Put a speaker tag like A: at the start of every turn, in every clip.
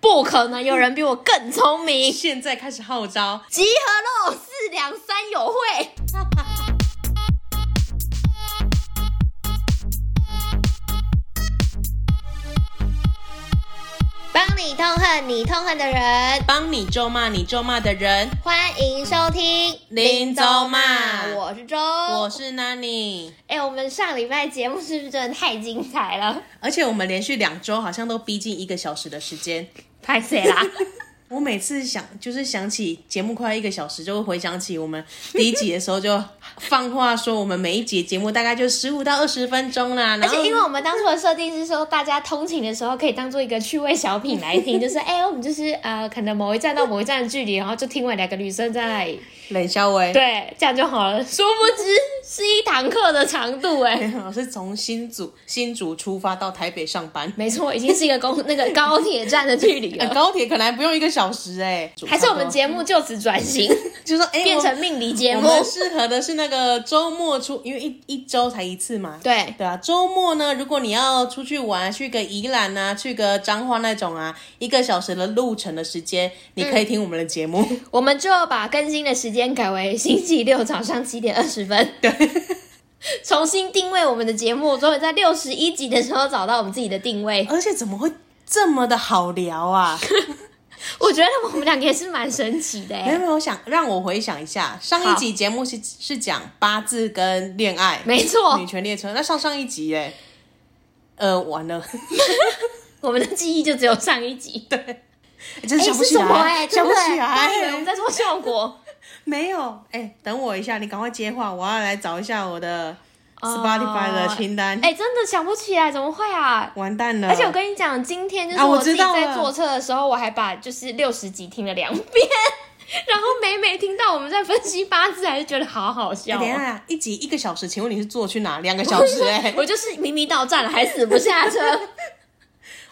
A: 不可能有人比我更聪明。
B: 现在开始号召，
A: 集合喽，四两三友会。 帮你痛恨你痛恨的人，
B: 帮你咒骂你咒骂的人。
A: 欢迎收听
B: 林州骂
A: 我是周，
B: 我
A: 我
B: 是 Nani，
A: 哎、我们上礼拜节目是不是真的太精彩了？
B: 而且我们连续两周好像都逼近一个小时的时间。
A: 拍谁啦？
B: 我每次想就是想起节目快要一个小时，就会回想起我们第一集的时候就放话说，我们每一集节目大概就十五到二十分钟啦。
A: 而
B: 然后
A: 且因为我们当初的设定是说，大家通勤的时候可以当做一个趣味小品来 听，就是哎、我们就是呃，可能某一站到某一站的距离，然后就听完两个女生在那里，
B: 冷笑薇，
A: 对，这样就好了。殊不知是一堂课的长度哎、
B: 我是从新竹新竹出发到台北上班，
A: 没错，已经是一个公那个高铁站的距离
B: 呃
A: 了。
B: 高铁可能还不用一个小时哎、
A: 还是我们节目就此转型，
B: 就说哎、
A: 变
B: 我
A: 成命理节
B: 我
A: 目？
B: 们适合的是那个周末出，因为一一周才一次嘛。
A: 对，
B: 对啊，周末呢，如果你要出去玩，去个宜兰啊，去个彰化那种啊，一个小时的路程的时间，你可以听我们的节目。
A: 我们就把更新的时间改为星期六早上七点二十分。
B: 对，
A: 重新定位我们的节目，终于在六十一集的时候找到我们自己的定位。
B: 而且怎么会这么的好聊 啊？
A: 我觉得我们两个也是蛮神奇的、
B: 没 有
A: 欸。
B: 没哎有，我想让我回想一下，上一集节目是是讲八字跟恋爱，
A: 没错
B: 女，权列车。那上上一集哎，呃，完 了，
A: 哎我们的记忆就只有上一 集。哎、
B: 真想不
A: 是
B: 起
A: 什么、
B: 来，
A: 哎，对
B: 想
A: 不
B: 不起
A: 对？大家以为我
B: 来
A: 们。在做效 果。
B: 没有，哎、等我一下，你赶快接话，我要来找一下我的 Spotify 的清单。
A: 哦哎、真的想不起来，怎么会啊？
B: 完蛋了！
A: 而且我跟你讲，今天就是
B: 呃啊我
A: 自己
B: 知道了
A: 在坐车的时候，我还把就是六十集听了两遍，然后每每听到我们在分析八字，还是觉得好好
B: 哎
A: 笑、
B: 等一
A: 哦。
B: 下，一集一个小时，请问你是坐去哪？两个小 时、哎，
A: 我就是明明到站了，还死不下车。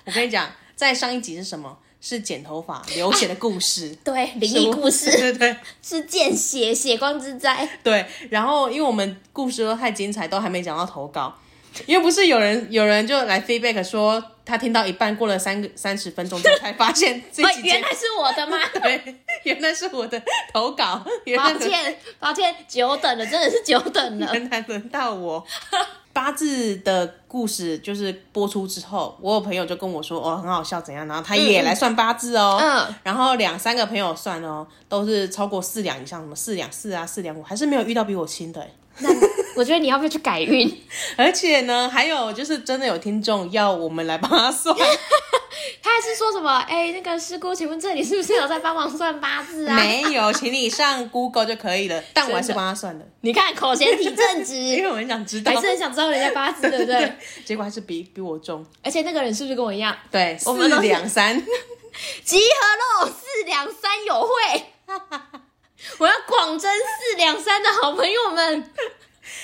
B: 我跟你讲，在上一集是什么？是剪头发流血的故事，
A: 对，灵异故事
B: 对对
A: 是见血血光之灾。
B: 对。然后，因为我们故事都太精彩，都还没讲到投稿。因为不是有人有人就来 feedback 说，他听到一半过了三个三十分钟之后才发现这
A: 喂
B: 集
A: 哦原
B: 节
A: 来是我的 吗？
B: 对，原来是我的投稿，原来
A: 抱歉， 抱歉，久等了，真的是久等了。
B: 原来轮到我。八字的故事就是播出之后，我有朋友就跟我说，哦，很好笑怎样，然后他也来算八字哦，
A: 嗯，
B: 然后两三个朋友算哦，都是超过四两以上，什么四两四啊，四两五，还是没有遇到比我轻的欸。
A: 那我觉得你要不要去改运？
B: 而且呢，还有就是真的有听众要我们来帮他算，
A: 他还是说什么？哎、那个师姑，请问这里是不是有在帮忙算八字啊？
B: 没有，请你上 Google 就可以了。但我还是
A: 真的
B: 帮他算的，
A: 你看口嫌体正
B: 因
A: 直，
B: 为我很想知道
A: 还，是很想知道人家八字，对不 对？
B: 结果还是比比我重，
A: 而且那个人是不是跟我一样？
B: 对，
A: 我们都
B: 四
A: 是
B: 两三。
A: 集合喽，四两三友会。 我要广征四两三的好朋友们，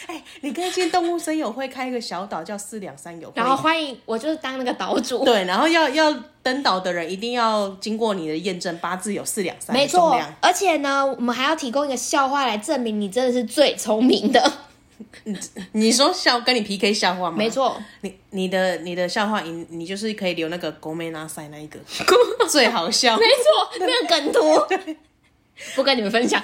B: 哎你可以进动物森友会开一个小岛，叫四两三友会。
A: 然后欢迎我就是当那个岛主，
B: 对，然后要要登岛的人一定要经过你的验证，八字有四两 三，
A: 没
B: 重
A: 错
B: 量。
A: 而且呢，我们还要提供一个笑话来证明你真的是最聪明的，
B: 哦你说笑跟你 PK 笑话吗？
A: 没， 错。
B: 你你的你的笑话，你你就是可以留那个狗妹拉塞那 一个最好笑
A: 没。错，那个梗图。 不跟你们分享，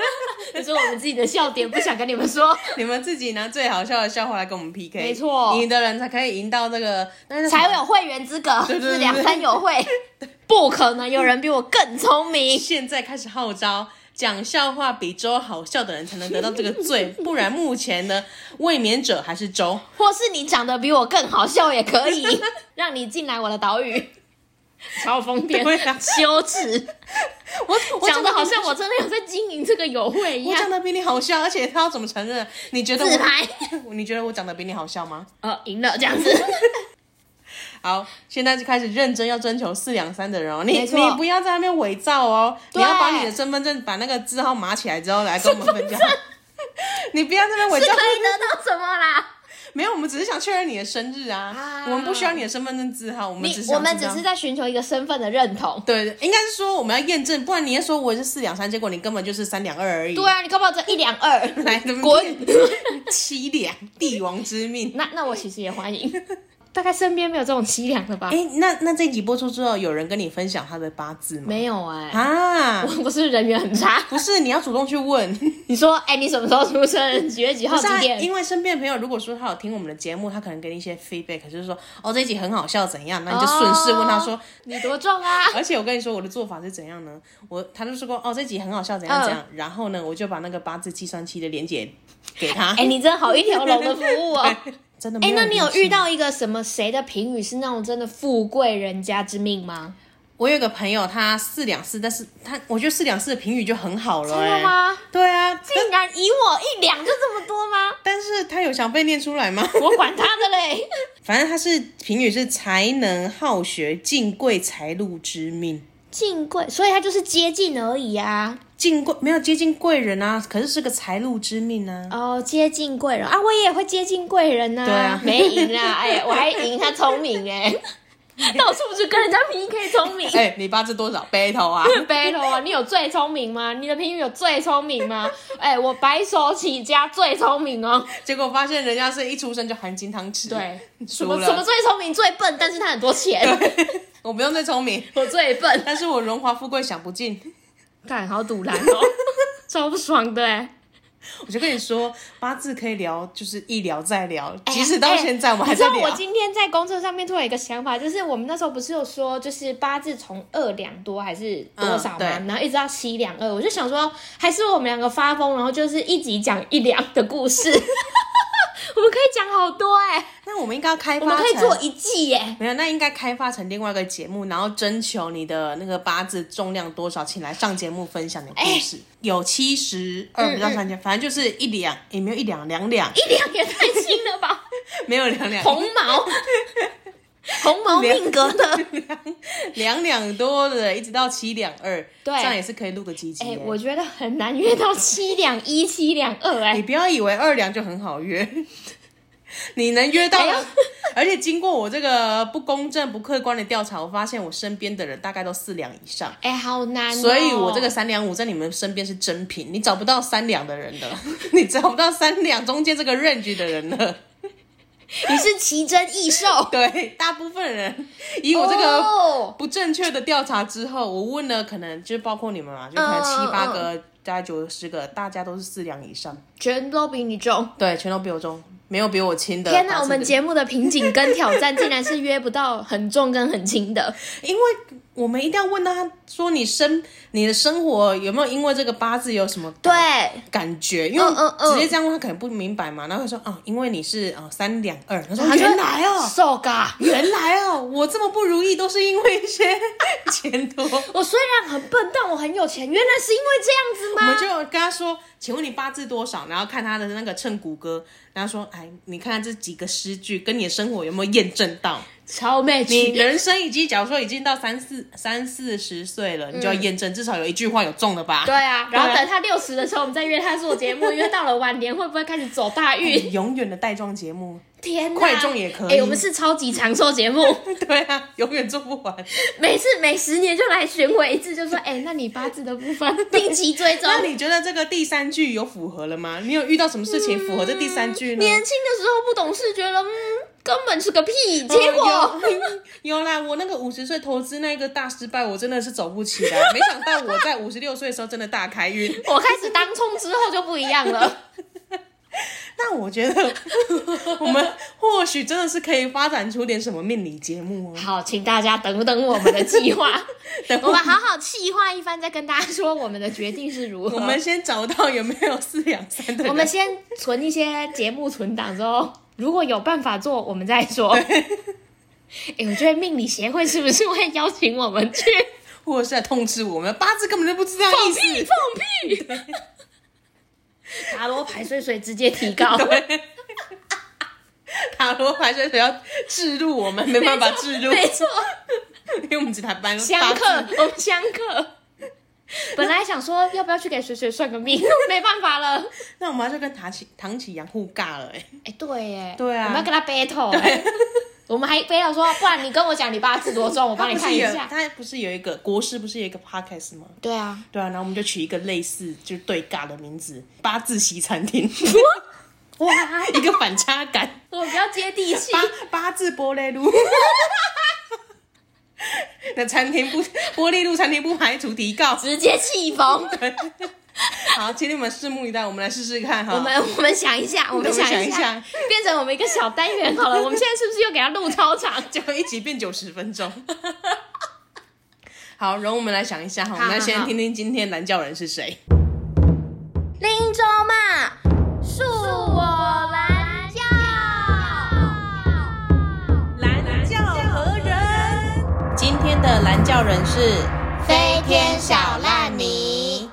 A: 这是我们自己的笑点，不想跟你们 说。
B: 你们自己拿最好笑的笑话来跟我们 PK，
A: 没错
B: 赢的人才可以赢到这个，那是什么
A: 才会有会员资格，
B: 对对
A: 是
B: 对
A: 两三友会， 不可能有人比我更聪明。
B: 现在开始号召讲笑话比周好笑的人才能得到这个 罪，不然目前呢，卫冕者还是周。
A: 或是你长得比我更好笑也可 以，让你进来我的岛屿，超疯 癫
B: 对啊，
A: 羞耻，
B: 我我
A: 讲的好
B: 比
A: 像我真的有在经营这个友会一
B: 我
A: 样
B: 讲。的比你好笑，而且他要怎么 承认？你觉得
A: 自
B: 我？
A: 拍，
B: 你觉得我讲的比你好笑吗？
A: 呃，赢了这 样子，
B: 好，现在就开始认真要征求四两三的人哦，你
A: 没错
B: 你不要在那边伪造哦，你
A: 对
B: 要把你的身份证把那个字号码起来之后来跟我们分享。 你不要在那边伪
A: 是啊
B: 造
A: 可，以得到什么啦？
B: 没有，我们只是想确认你的生日啊，
A: 啊
B: 我们不需要你的身份证字号，我们
A: 你
B: 只是
A: 我
B: 想
A: 们
B: 知
A: 只
B: 道
A: 是在寻求一个身份的认同。
B: 对，应该是说我们要验证，不然你也说我是四两三，结果你根本就是三两二而已。
A: 对，啊，你搞不好这一两二
B: 来，怎么
A: 滚。
B: 七两，帝王之命。
A: 那那我其实也欢迎。大概身边没有这种凄凉的吧？
B: 哎，那那这集播出之后，有人跟你分享他的八字吗？
A: 没有哎、
B: 啊，
A: 我我是不是人缘很差。
B: 不是，你要主动去问。
A: 你说，哎、你什么时候出生？几月几号
B: 不是、
A: 几
B: 啊，
A: 点？
B: 因为身边的朋友如果说他有听我们的节目，他可能给你一些 feedback，就是说哦这一集很好笑怎样，那你就
A: 哦
B: 顺势问他说。
A: 你多重啊？
B: 而且我跟你说我的做法是怎样呢？我他就说过哦这集很好笑怎样怎样，
A: 嗯
B: 然后呢我就把那个八字计算器的连接给他。
A: 哎、你真好一条龙的服务 哦。
B: 真的没
A: 哎、
B: 人
A: 那你有
B: 理解
A: 遇到一个什么谁的评语是那种真的富贵人家之命吗？
B: 我有个朋友，他四两四，但是他我觉得四两四的评语就很好了、
A: 真
B: 欸，
A: 的？吗？
B: 对啊，
A: 竟然以我一两就这么多吗？
B: 但是他有想被念出来吗？
A: 我管他的嘞！
B: 反正他是评语是才能好学，进贵财路之命，
A: 进贵，所以他就是接近而已啊。
B: 进贵没有接近贵人啊，可是是个财路之 命啊。
A: 哦，接近贵人啊，我也会接近贵人呐、
B: 对啊
A: 没赢啦，哎呀，我还赢他聪明哎、 到处去跟人家 PK 聪明。
B: 哎、你八字多少？battle 啊？
A: battle 啊！你有最聪明吗？你的评语有最聪明吗？哎、我白手起家最聪明哦。
B: 结果发现人家是一出生就含金汤匙，
A: 对，什
B: 输
A: 么什么
B: 了。
A: 最聪明最笨，但是他很多钱。
B: 我不用最聪明，
A: 我最笨，
B: 但是我荣华富贵享不尽。
A: 看好堵然哦，超不爽的哎、
B: 我就跟你说，八字可以聊，就是一聊再聊，
A: 哎呀
B: 即使到现在我们还
A: 你知
B: 在
A: 道
B: 聊。
A: 我今天在公车上面突然有一个想法，就是我们那时候不是有说，就是八字从二两多还是多少嘛，
B: 嗯
A: 然后一直到七两二，我就想说，还是我们两个发疯，然后就是一集讲一两的故 事，我们可以讲好多哎、
B: 那我们应该要开
A: 我
B: 发
A: 们可以
B: 成
A: 做一季哎耶、
B: 没有，那应该开发成另外一个节目，然后征求你的那个八字重量多少，请来上节目分享你的故事。
A: 哎
B: 有七十
A: 嗯
B: 二不到三千，反正就是一两，也没有一两，两两，
A: 一两也太轻了 吧，
B: 没有两两，
A: 红毛。红毛嗯命格的，
B: 两两多的，一直到七两二，
A: 对
B: 这样也是可以录个几集
A: 哎、
B: 的。
A: 我觉得很难约到七两一、七两二哎
B: 你，不要以为二两就很好约， 你能约到
A: 哎呦，
B: 而且经过我这个不公正、不客观的调查，我发现我身边的人大概都四两以上。
A: 哎、好难、哦。
B: 所以，我这个三两五在你们身边是真品，你找不到三两的人的， 你找不到三两中间这个 range 的人 了。
A: 你是奇珍异兽，
B: 对，大部分人 以我这个
A: 哦
B: 不正确的调查之后，我问了，可能就包括你们嘛，就可能七八个，大概九十个，大家都是四两以上，
A: 全都比你重。
B: 对，全都比我重，没有比我轻的八字
A: 天
B: 的。
A: 哪，我们节目的瓶颈跟 挑战竟然是约不到很重跟很轻的，
B: 因为我们一定要问他说你生你的生活有没有因为这个八字有什么
A: 对，
B: 感觉？因为
A: 嗯嗯嗯
B: 直接这样问他可能不明白嘛，然后他说啊，因为你是啊三两二，他说
A: 然后就
B: 原来哦，
A: 瘦嘎。
B: 原来哦，我这么不如意都是因为一些钱 多。
A: 我虽然很笨，但我很有钱，原来是因为这样子
B: 我们
A: 吗？
B: 就跟他说，请问你八字多少？然后看他的那个称骨骼，然后说，哎，你看看这几个诗句跟你的生活有没有验证 到？
A: 超妹去，
B: 你人生已经，假如说已经到三四三四十岁了，你就要验证，至少有一句话有中了吧？
A: 嗯对啊。然
B: 对
A: 后
B: 啊
A: 等他六十的时候，我们再约他做节目，约到了晚年会不会开始走大运？
B: 哎永远的带状节目，
A: 天哪，
B: 快中也可以
A: 哎、我们是超级长寿节 目，
B: 对啊，永远做不完。
A: 每次每十年就来巡回一次，就说哎、那你八字的部 分定期追踪
B: 那。你觉得这个第三句有符合了吗？你有遇到什么事情符合这第三句呢？
A: 年轻的时候不懂事，觉得嗯根本是个屁，
B: 嗯
A: 结果、
B: 有 有啦，我那个五十岁投资那个大失败，我真的是走不起来。没想到我在五十六岁的时候真的大开运。
A: 我开始当冲之后就不一样了。
B: 那我觉得我们或许真的是可以发展出点什么命理节目 哦。
A: 好，请大家等等我们的计划，
B: 等
A: 我们好好计划一番，再跟大家说我们的决定是如 何。
B: 我们先找到有没有四两三的人。
A: 我们先存一些节目存档之后，如果有办法做，我们再说。哎、 我觉得命理协会是不是会邀请我们去？
B: 或者是在痛斥我们八字根本就不知道意思。
A: 屁，放屁！ 塔罗牌水水直接提高，
B: 对， 塔罗牌水水要置入我们，没办法置 入，
A: 没错。
B: 因为我们只谈班
A: 相克，我们相克。本来想说要不要去给水水算个 命，没办法了。
B: 那我们要去跟唐启唐启阳互尬了、欸，哎，
A: 哎、对耶，
B: 对啊
A: 我们要跟他 battle 哎。我们还 battle 说，不然你跟我讲你八字多重，我 帮你
B: 不
A: 看
B: 是
A: 一
B: 有
A: 下。
B: 他不是有一个国师，不是有一个 podcast 吗？
A: 对啊，
B: 对啊，然后我们就取一个类似就是对尬的名字，八字西餐厅，
A: 哇，
B: 一个反差 感。
A: 我比较接地气
B: 八。八字玻璃路， 那餐厅不玻璃路餐厅不排除提 告。
A: 直接气 疯，
B: 好，请你们拭目以待，我们来试试看哈。
A: 我们我们想一下，我们想
B: 想一下
A: 变成我们一个小单元好了。我们现在是不是又给他录超长？
B: 结果一集变九十分钟。好，容我们来想一下哈，我们来
A: 好
B: 先
A: 好
B: 听听今天蓝教人是谁。
A: 林州嘛，恕我蓝 教。
B: 蓝教何人？今天的蓝教人是
A: 飞天小烂泥。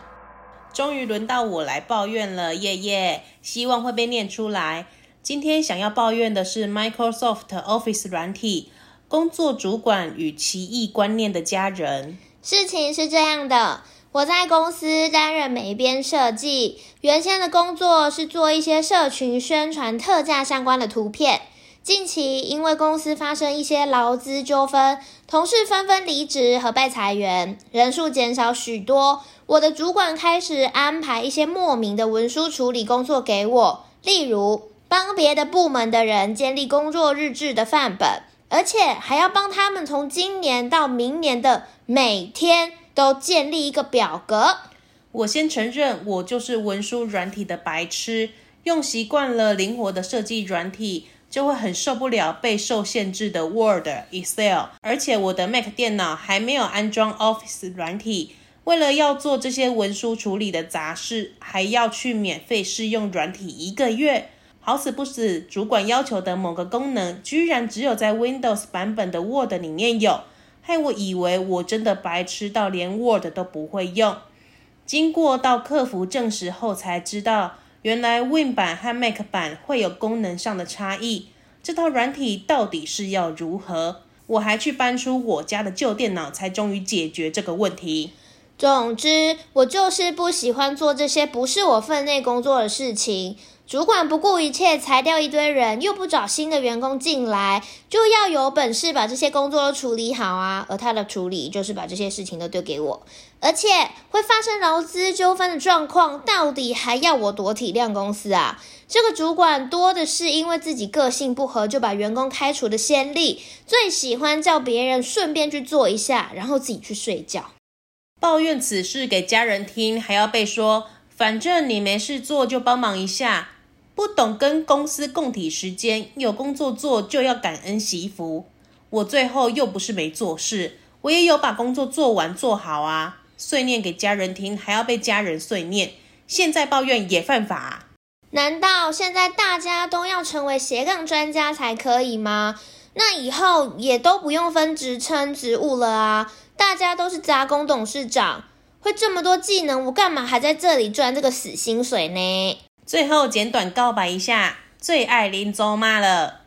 B: 终于轮到我来抱怨了，耶耶！希望会被念出来。今天想要抱怨的是 Microsoft Office 软体，工作主管与奇异观念的家人。
C: 事情是这样的，我在公司担任美编设计，原先的工作是做一些社群宣传特价相关的图片。近期因为公司发生一些劳资纠纷，同事纷纷离职和被裁员，人数减少许多。我的主管开始安排一些莫名的文书处理工作给我，例如帮别的部门的人建立工作日志的范本，而且还要帮他们从今年到明年的每天都建立一个表格。
B: 我先承认，我就是文书软体的白痴，用习惯了灵活的设计软体，就会很受不了备受限制的 Word、Excel，而且我的 Mac 电脑还没有安装 Office 软体。为了要做这些文书处理的杂事，还要去免费试用软体一个月。好死不死，主管要求的某个功能，居然只有在 Windows 版本的 Word 里面有，害我以为我真的白痴到连 Word 都不会用。经过到客服证实后，才知道原来 Win 版和 Mac 版会有功能上的差异。这套软体到底是要如何？我还去搬出我家的旧电脑，才终于解决这个问题。
C: 总之，我就是不喜欢做这些不是我分内工作的事情。主管不顾一切裁掉一堆人，又不找新的员工进来，就要有本事把这些工作都处理好啊！而他的处理啊就是把这些事情都丢给我，而且会发生劳资纠纷的状况，到底还要我多体谅公司啊？这个主管多的是因为自己个性不合就把员工开除的先例，最喜欢叫别人顺便去做一下，然后自己去睡觉。
B: 抱怨此事给家人听，还要被说，反正你没事做就帮忙一下，不懂跟公司共体时间，有工作做就要感恩惜福。我最后又不是没做事，我也有把工作做完做好啊。碎念给家人听，还要被家人碎念，现在抱怨也犯法啊、
C: 难道现在大家都要成为斜杠专家才可以吗？那以后也都不用分职称职务了啊！大家都是杂工董事长，会这么多技能，我干嘛还在这里赚这个死薪水呢？
B: 最后简短告白一下，最爱林州骂了。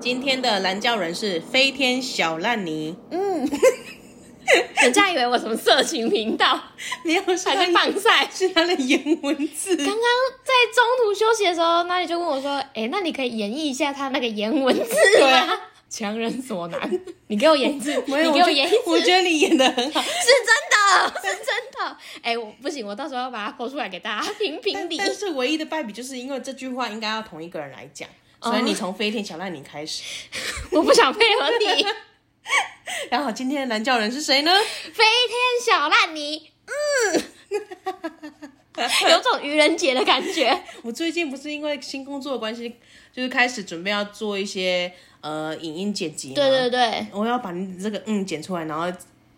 B: 今天的蓝教人是飞天小 烂泥，
A: 人家以为我什么色情频道，
B: 没有是
A: 还
B: 他
A: 在放赛。
B: 是他的颜文字，
A: 刚刚在中途休息的时候，那里就问我说：“哎、那你可以演绎一下他那个颜文字
B: 对
A: 吗
B: 啊？”
A: 强人所难，你给我演一次，你
B: 没有，
A: 给我演一次，
B: 我觉得你演的很好，
A: 是真的，是 真的。哎、我不行，我到时候要把它剖出来给大家评评
B: 但
A: 理。
B: 但是唯一的败笔就是因为这句话应该要同一个人来讲，
A: 哦
B: 所以你从飞天小烂泥开始。
A: 我不想配合你，
B: 然后今天的蓝教人是谁呢？
A: 飞天小烂泥， 嗯，有种愚人节的感觉。
B: 我最近不是因为新工作的关系，就是开始准备要做一些呃影音剪辑嘛，
C: 对对对，
B: 我要把你这个嗯剪出来，然后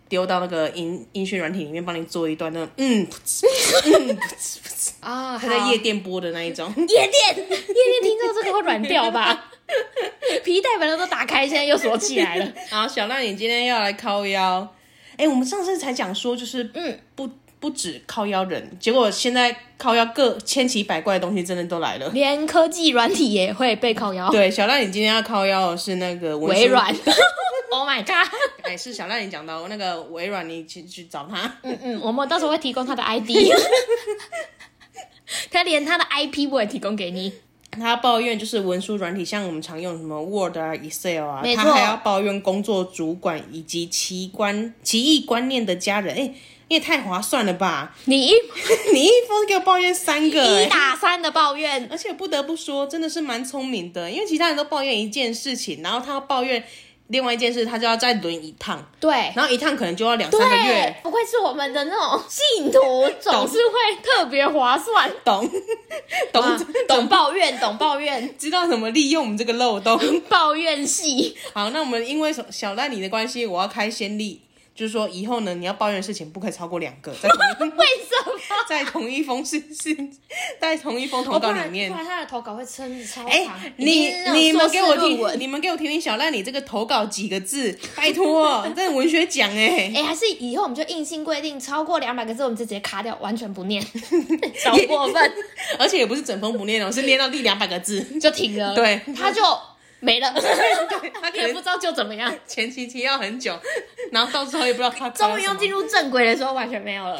B: 丢到那个音音讯软体里面，帮你做一段那种嗯噗嗤嗯噗嗤噗嗤，
A: 啊、
B: 他在夜店播的那一种。
A: 夜店，夜店听到这个会软掉 吧？皮带本来都打开，现在又锁起来了。
B: 好，小浪，你今天要来靠腰？哎、我们上次才讲说，就是嗯
A: 嗯，
B: 不不止靠腰人，结果现在靠腰各千奇百怪的东西真的都来 了。
A: 连科技软体也会被靠腰，
B: 对，小浪，你今天要靠腰的是那个文书
A: 微软。oh my god！
B: 哎、是小浪你讲到那个微软，你去去找他。
A: 嗯嗯，我们到时 候会提供他的 ID，他连他的 IP 我也提供给你。
B: 他抱怨就是文书软体，像我们常用什么 Word 啊、Excel 啊
C: 没，错
B: 他还要抱怨工作主管以及奇观奇异观念的家人。哎、你也太划算了吧！
A: 你一
B: 你一封给我抱怨三个、
A: 一
B: 哎
A: 打三的抱怨，
B: 而且不得不说，真的是蛮聪明的，因为其他人都抱怨一件事情，然后他要抱怨另外一件事，他就要再轮一趟，
A: 对
B: 然后一趟可能就要两三个
A: 对
B: 月，，
A: 不愧是我们的那种信徒，总是会特别划 算，
B: 懂懂、
A: 啊懂 抱怨，懂抱怨，
B: 知道怎么利用我们这个漏洞。
A: 抱怨系。
B: 好，那我们因为小赖你的关系，我要开先例，就是说以后呢，你要抱怨的事情不可以超过两个，在 同一
A: 为什么？
B: 在同一封信信， 在同一封
A: 我
B: 投
A: 哦不
B: 稿里
A: 然
B: 面
A: 不。然他的投稿会撑得超
B: 哎、
A: 长，一
B: 你
A: 定是那种
B: 你们
A: 硕
B: 给
A: 士
B: 我
A: 论
B: 听，
A: 文
B: 你们给我听听小赖，你这个投稿几个字？拜托，这是文学奖哎、
A: 哎、还是以后我们就硬性规定，超过两百个字我们就直接卡掉，完全不念， 超过分
B: 而且也不是整封不念哦，是念到第两百个字。
A: 就停了，
B: 对
A: 他就没 了，
B: 对， 他
A: 你也
B: 可
A: 不
B: 能
A: 知道就怎么样。
B: 前期提要很久，然后到时候也不知道他
A: 终于要进
B: 入。
A: 入正轨的时候，完全没有了。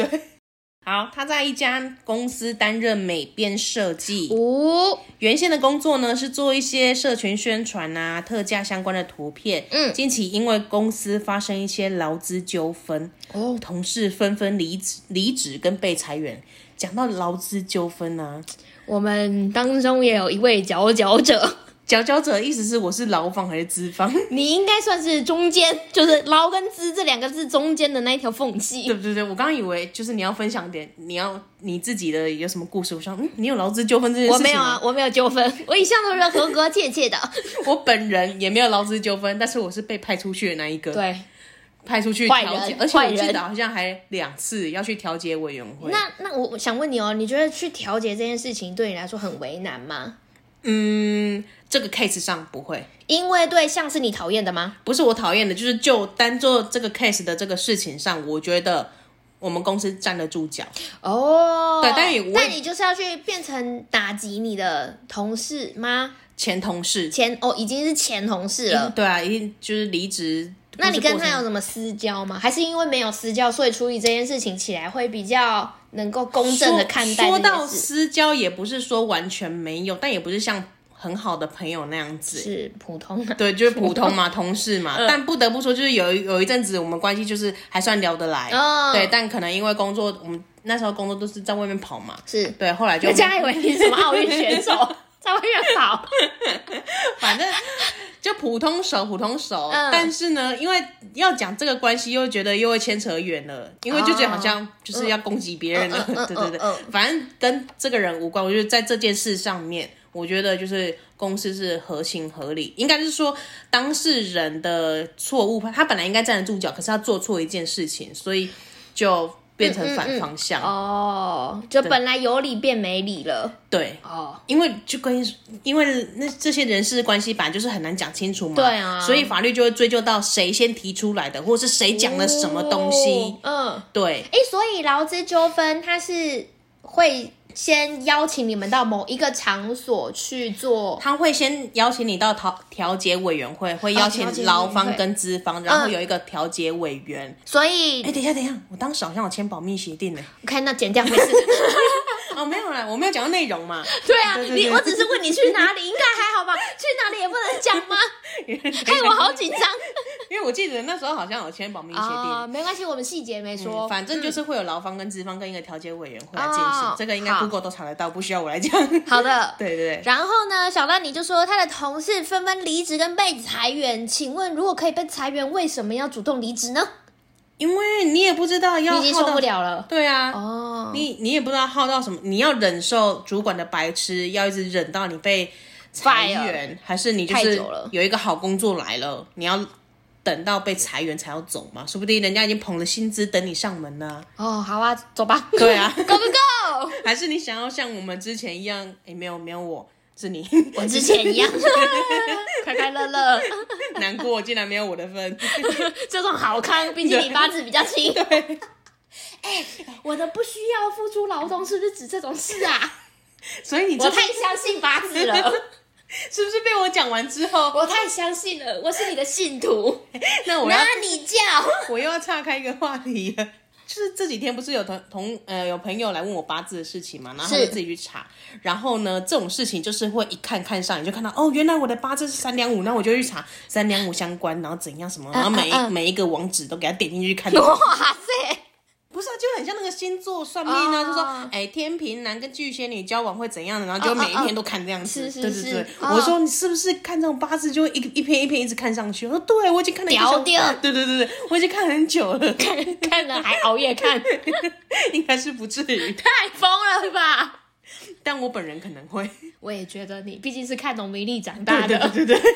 B: 好，他在一家公司担任美编设计。
A: 五
B: 原先的工作呢是做一些社群宣传啊、特价相关的图片。
C: 嗯
B: 近期因为公司发生一些劳资纠纷，
A: 哦，
B: 同事纷纷离职、离职跟被裁员。讲到劳资纠纷啊，
A: 我们当中也有一位佼佼者，
B: 佼佼者的意思是我是劳方还是资 方，
A: 你应该算是中间，就是“劳”跟“资”这两个字中间的那一条缝
B: 对
A: 隙。
B: 不对？对，我刚刚以为就是你要分享点，你要你自己的有什么故事？我想，嗯，你有劳资纠纷这件事
A: 我
B: 情吗
A: 没有啊，， 我没有纠纷，
C: 我一向都是和和切 切的，
B: 我本人也没有劳资纠纷，但是我是被派出去的那一个，，
A: 对，
B: 派出去
A: 坏
B: 调解
A: 人，
B: 而且
A: 坏
B: 我
A: 人
B: 记得好像还两次要去调解委员会。
A: 那那我我想问你哦，你觉得去调解这件事情对你来说很为难吗？
B: 嗯，这个 case 上不会，
A: 因为对象是你讨厌的吗？
B: 不是我讨厌的，就是就单做这个 case 的这个事情上，我觉得我们公司站得住脚。
A: 哦，
B: 对但也我
A: 但你就是要去变成打击你的同事吗？
B: 前同事，
A: 前哦，已经是前同事了。
B: 对啊，一定就是离职。
A: 那你跟他有
B: 或是过程
A: 什么私交吗？还是因为没有私交，所以处理这件事情起来会比较能够公正的看待这
B: 说说
A: 件
B: 到
A: 事？
B: 私交，也不是说完全没有，但也不是像很好的朋友那样子。
A: 是嗯普通的，
B: 对，就是 普通嘛，同事嘛。但不得不说，就是有一有一阵子我们关系就是还算聊得来，
A: 哦
B: 对。但可能因为工作，我们那时候工作都是在外面跑嘛，
A: 是。
B: 对。后来就
A: 人家以为你是什么奥运选 手，在外面跑，
B: 反正就普通熟，普通熟。
A: 嗯
B: 但是呢，因为要讲这个关系，又觉得又会牵扯远了，因为就觉得好像就是要攻击别人了。
A: 嗯嗯嗯
B: 对对对，
A: 嗯
B: 反正跟这个人无关。我觉得在这件事上面，我觉得就是公司是合情合理，应该是说当事人的错误，他本来应该站得住脚，可是他做错一件事情，所以就变成
A: 嗯
B: 反方向。
A: 哦，就本来有理变没理了，
B: 对。
A: 哦，
B: 因为就跟因为那这些人事关系本来就是很难讲清楚嘛，
A: 对啊
B: 所以法律就会追究到谁先提出来的，或是谁讲了什么东西。
A: 哦嗯，
B: 对，
A: 哎、所以劳资纠纷它是会先邀请你们到某一个场所去做，
B: 他会先邀请你到调调解委员会，会邀请
A: 哦调解委员
B: 劳
A: 会嗯
B: 方跟资方，然后有一个调解委员。
A: 所
B: 哎、
A: 以
B: 等一下，等一下，我当时好像有签保密协 定呢。
A: OK，那剪掉没 事。
B: 哦，没有啦，我没有讲到内容嘛。
A: 对啊，
B: 对对
A: 你
B: 对
A: 我只是问你去哪里，应该还好吧？去哪里也不能讲 吗？害我好紧张
B: 因为我记得那时候好像有签保密协定。
A: 啊！没关系，我们细节没说。
B: 嗯反正就是会有劳方跟资方跟一个调解委员会来进行，
A: 哦
B: 这个应该
A: 好
B: Google 都查得到，不需要我来讲。
A: 好的。
B: 对对对，
A: 然后呢，小曼你就说他的同事纷纷离职跟被裁员，请问如果可以被裁员，为什么要主动离职呢？
B: 因为你也不知道要
A: 你已经
B: 耗
A: 受
B: 到
A: 不，了了
B: 对啊，
A: 哦。
B: 你你也不知道耗到什么，你要忍受主管的白痴，要一直忍到你被裁
A: Fire
B: 员，还是你就
A: 太
B: 是
A: 久了
B: 有一个好工作来了，你要等到被裁员才要走嘛？说不定人家已经捧了薪资等你上门 呢、
A: 哦，好啊，走吧。
B: 对啊，
A: Go go go！
B: 还是你想要像我们之前一样？诶，没有没有我。是你
A: 我之前一样， 快快乐乐，
B: 难过，竟然没有我的份。
A: 这种好康，毕竟你八字比较轻。 对，哎、哎我的不需要付出劳动，是不是指这种事啊？
B: 所以你
A: 我
B: 这
A: 太相信八字了，
B: 是不是被我讲完之后，
A: 我太相信了，我是你的信徒。
B: 那我要
A: 那你叫
B: 我又要岔开一个话题了。就是这几天不是有同同呃有朋友来问我八字的事情嘛，然后
C: 是
B: 他就自己去查，然后呢这种事情就是会一看看上，你就看到哦，原来我的八字是三两五，那我就去查三两五相关，然后怎样什么，然后每一、
C: 嗯嗯
B: 每一个网址都给他点进去看，
C: 哇塞，
B: 不是、啊，就很像那个星座算命啊，
C: 哦
B: 就说哎、天平男跟巨蟹女交往会怎样的，然后就
C: 哦哦
B: 每一天都看这样子。
A: 是是
B: 对
A: 是
B: 对对，
C: 哦
B: 我说你是不是看这种八字就会一一篇一篇一直看上去？我说对，我已经看了一个
C: 屌
B: 小
C: 屌
B: 对对对对，我已经看很久了，
A: 看了还熬夜看，
B: 应该是不至于，
A: 太疯了吧？
B: 但我本人可能会。
A: 我也觉得你毕竟是看农民历长大
B: 对
A: 的，
B: 对对 对对，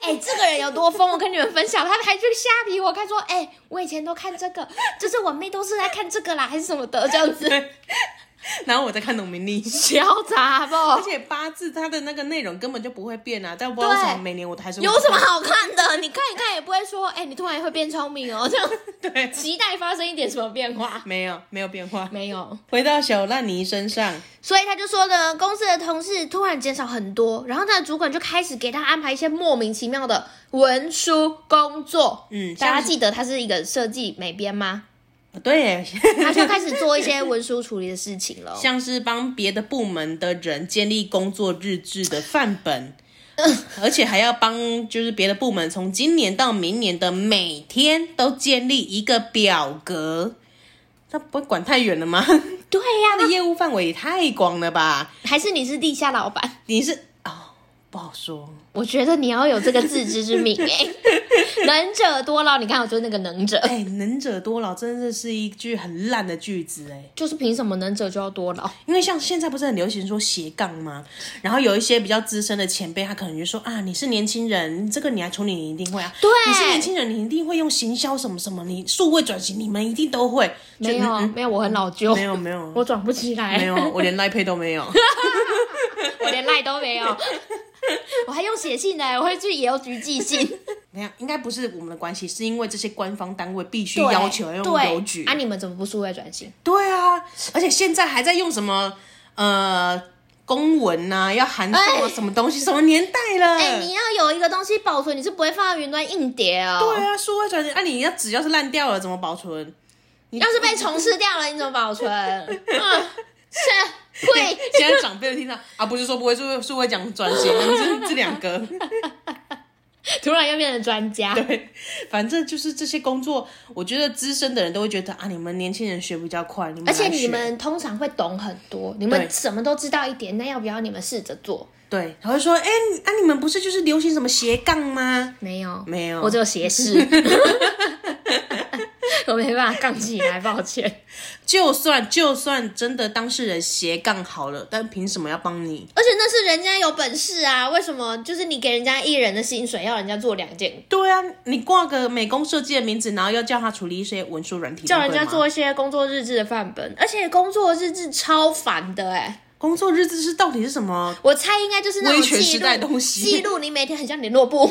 A: 哎、这个人有多疯？我跟你们分享，他还去瞎比我看说，哎、我以前都看这个，就是我妹都是在看这个啦，还是什么的这样 子，
B: 然后我在看农民历。
A: 小杂
B: 而
A: 不？
B: 且八字它的那个内容根本就不会变啊，但不知道为
C: 对
B: 什么每年我都还是会
A: 有什么好看的？你看一看也不会说，哎、你突然会变聪明哦，这样
B: 看对，
A: 期待发生一点什么变化？
B: 没有没有变化。
A: 没有，
B: 回到小烂泥身上，
C: 所以他就说呢，公司的同事突然减少很多，然后他的主管就开始给他安排一些莫名其妙的文书工作。
B: 嗯，
C: 大家
B: 像
C: 记得他是一个设计美编吗？
B: 对耶，
C: 他就开始做一些文书处理的事情了。
B: 像是帮别的部门的人建立工作日志的范本，而且还要帮就是别的部门从今年到明年的每天都建立一个表格。那不会管太远了吗？
C: 对呀、
B: 他的业务范围也太广了吧？
C: 还是你是地下老板？
B: 你是哦，不好说。
C: 我觉得你要有这个自知之明哎、能者多劳。你看，我就是那个能者，
B: 哎、能者多劳真的是一句很烂的句子哎、
C: 就是凭什么能者就要多劳？
B: 因为像现在不是很流行说斜杠吗？然后有一些比较资深的前辈，他可能就说啊，你是年轻人，这个你来处理你一定会啊。
C: 对
B: 你是年轻人，你一定会用行销什么什么，你数位转型，你们一定都会。就
A: 没有，
B: 嗯
A: 没有，我很老旧，
B: 没有没有
A: 我转不起来，
B: 没有， 我连赖配都没有。
A: 我连赖都没有。
C: 我还用写信呢、我会去邮局寄信。
B: 没有，应该不是我们的关系，是因为这些官方单位必须
C: 对
B: 要求要用
C: 对
B: 邮局。
A: 啊，你们怎么不数位转型？
B: 对啊，而且现在还在用什么呃公文呐、要函授啊，
C: 哎
B: 什么东西，什么年代了？
C: 哎、你要有一个东西保存，你是不会放到云端硬碟哦。
B: 对啊，数位转型，啊，你要纸要是烂掉了怎么保存？
C: 要是被虫吃掉了，你怎么保 存？嗯，是会。
B: 现在长辈听到啊，不是说不会数数位讲转型，这这两个，
A: 突然又变成专家，
B: 对，反正就是这些工作，我觉得资深的人都会觉得啊，你们年轻人学比较快，你们来
C: 而且你
B: 学
C: 们通常会懂很多，你
B: 对
C: 们什么都知道一点，那要不要你们试着做？
B: 对，然后说哎、你啊，你们不是就是流行什么斜杠吗？
C: 没有，
B: 没有
C: 我只有斜视， 我没办法杠起来，抱歉。
B: 就算就算真的当事人斜杠好了，但凭什么要帮你？
C: 而且那是人家有本事啊，为什么就是你给人家一人的薪水，要人家做两件，
B: 对啊，你挂个美工设计的名字，然后要叫他处理一些文书软体，
C: 叫人
B: 对
C: 家
B: 吗
C: 做一些工作日志的范本？而且工作日志超烦的哎、
B: 工作日志是到底是什么？
C: 我猜应该就是那种
B: 威权
C: 记
B: 时
C: 录
B: 代东西
C: 记录你每天很像联络簿。